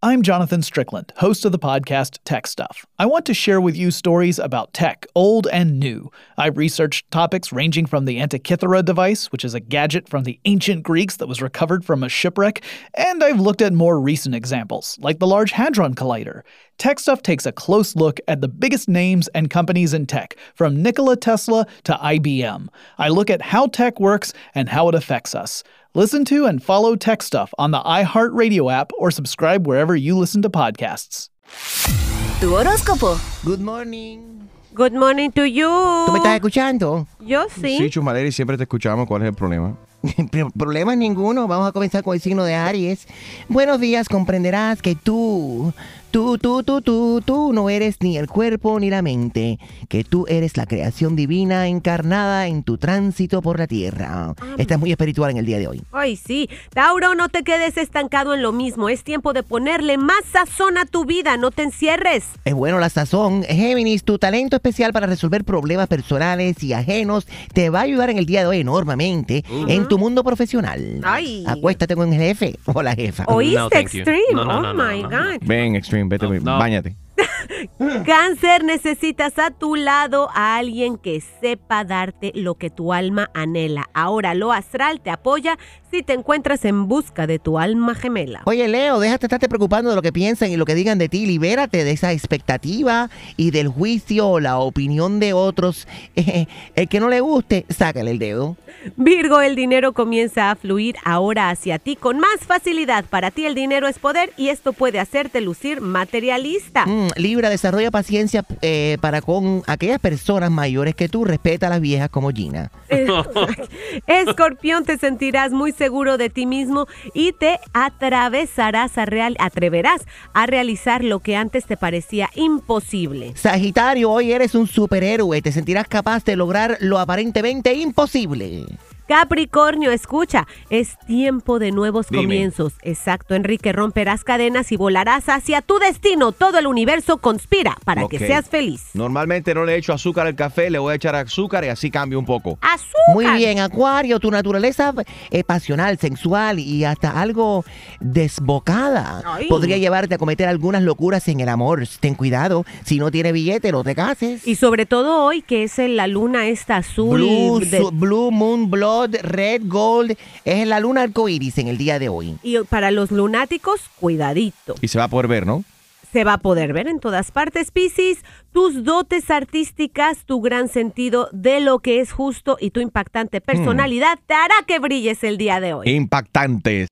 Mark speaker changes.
Speaker 1: I'm Jonathan Strickland, host of the podcast Tech Stuff. I want to share with you stories about tech, old and new. I researched topics ranging from the Antikythera device, which is a gadget from the ancient Greeks that was recovered from a shipwreck, and I've looked at more recent examples, like the Large Hadron Collider. Tech Stuff takes a close look at the biggest names and companies in tech, from Nikola Tesla to IBM. I look at how tech works and how it affects us. Listen to and follow Tech Stuff on the iHeartRadio app or subscribe wherever you listen to podcasts.
Speaker 2: Tu horóscopo.
Speaker 3: Good morning.
Speaker 4: Good morning to you.
Speaker 3: ¿Tú me estás escuchando?
Speaker 4: Yo sí.
Speaker 5: Sí, Chumaleri, siempre te escuchamos. ¿Cuál es el problema?
Speaker 3: Pro- Problemas ninguno. Vamos a comenzar con el signo de Aries. Buenos días, comprenderás que tú, tú, tú, tú, tú, tú no eres ni el cuerpo ni la mente, que tú eres la creación divina encarnada en tu tránsito por la tierra. Estás muy espiritual en el día de hoy.
Speaker 4: Ay, sí. Tauro, no te quedes estancado en lo mismo. Es tiempo de ponerle más sazón a tu vida. No te encierres.
Speaker 3: Es bueno la sazón. Géminis, tu talento especial para resolver problemas personales y ajenos te va a ayudar en el día de hoy enormemente en tu mundo profesional.
Speaker 4: Ay.
Speaker 3: Acuéstate con el jefe o la jefa.
Speaker 4: ¿Oíste,
Speaker 6: thank you.
Speaker 4: Extreme?
Speaker 6: No, no,
Speaker 4: oh,
Speaker 6: no, no,
Speaker 4: my
Speaker 6: no,
Speaker 4: God.
Speaker 5: Ven, Extreme, vete,
Speaker 6: No, no.
Speaker 5: bañate.
Speaker 4: Cáncer, necesitas a tu lado a alguien que sepa darte lo que tu alma anhela. Ahora lo astral te apoya si te encuentras en busca de tu alma gemela.
Speaker 3: Oye, Leo, déjate estarte preocupando de lo que piensan y lo que digan de ti. Libérate de esa expectativa y del juicio o la opinión de otros. el que no le guste, sácale el dedo.
Speaker 4: Virgo, el dinero comienza a fluir ahora hacia ti con más facilidad. Para ti el dinero es poder y esto puede hacerte lucir
Speaker 6: Ah.
Speaker 4: materialista.
Speaker 3: Mm, Libra, desarrolla paciencia eh, para con aquellas personas mayores que tú. Respeta a las viejas como Gina.
Speaker 4: Escorpión, te sentirás muy seguro de ti mismo y te atravesarás a real, atreverás a realizar lo que antes te parecía imposible.
Speaker 3: Sagitario, hoy eres un superhéroe. Te sentirás capaz de lograr lo aparentemente imposible.
Speaker 4: Capricornio, escucha, es tiempo de nuevos
Speaker 5: Dime.
Speaker 4: comienzos. Exacto, Enrique, romperás cadenas y volarás hacia tu destino. Todo el universo conspira para
Speaker 5: Ok.
Speaker 4: que seas feliz.
Speaker 5: Normalmente no le echo azúcar al café, le voy a echar azúcar y así cambio un poco.
Speaker 4: Azúcar.
Speaker 3: Muy bien, Acuario, tu naturaleza eh, pasional, sensual y hasta algo desbocada
Speaker 4: Ay.
Speaker 3: podría llevarte a cometer algunas locuras en el amor. Ten cuidado, si no tienes billete, no te cases.
Speaker 4: Y sobre todo hoy que es en la luna esta azul.
Speaker 3: Blue,
Speaker 4: de-
Speaker 3: su- Blue Moon, Blood, Red, Gold, es la luna arcoíris en el día de hoy.
Speaker 4: y para los lunáticos, cuidadito.
Speaker 5: Y se va a poder ver, ¿no?
Speaker 4: Se va a poder ver en todas partes, Piscis, tus dotes artísticas, tu gran sentido de lo que es justo y tu impactante personalidad te hará que brilles el día de hoy.
Speaker 5: Impactantes.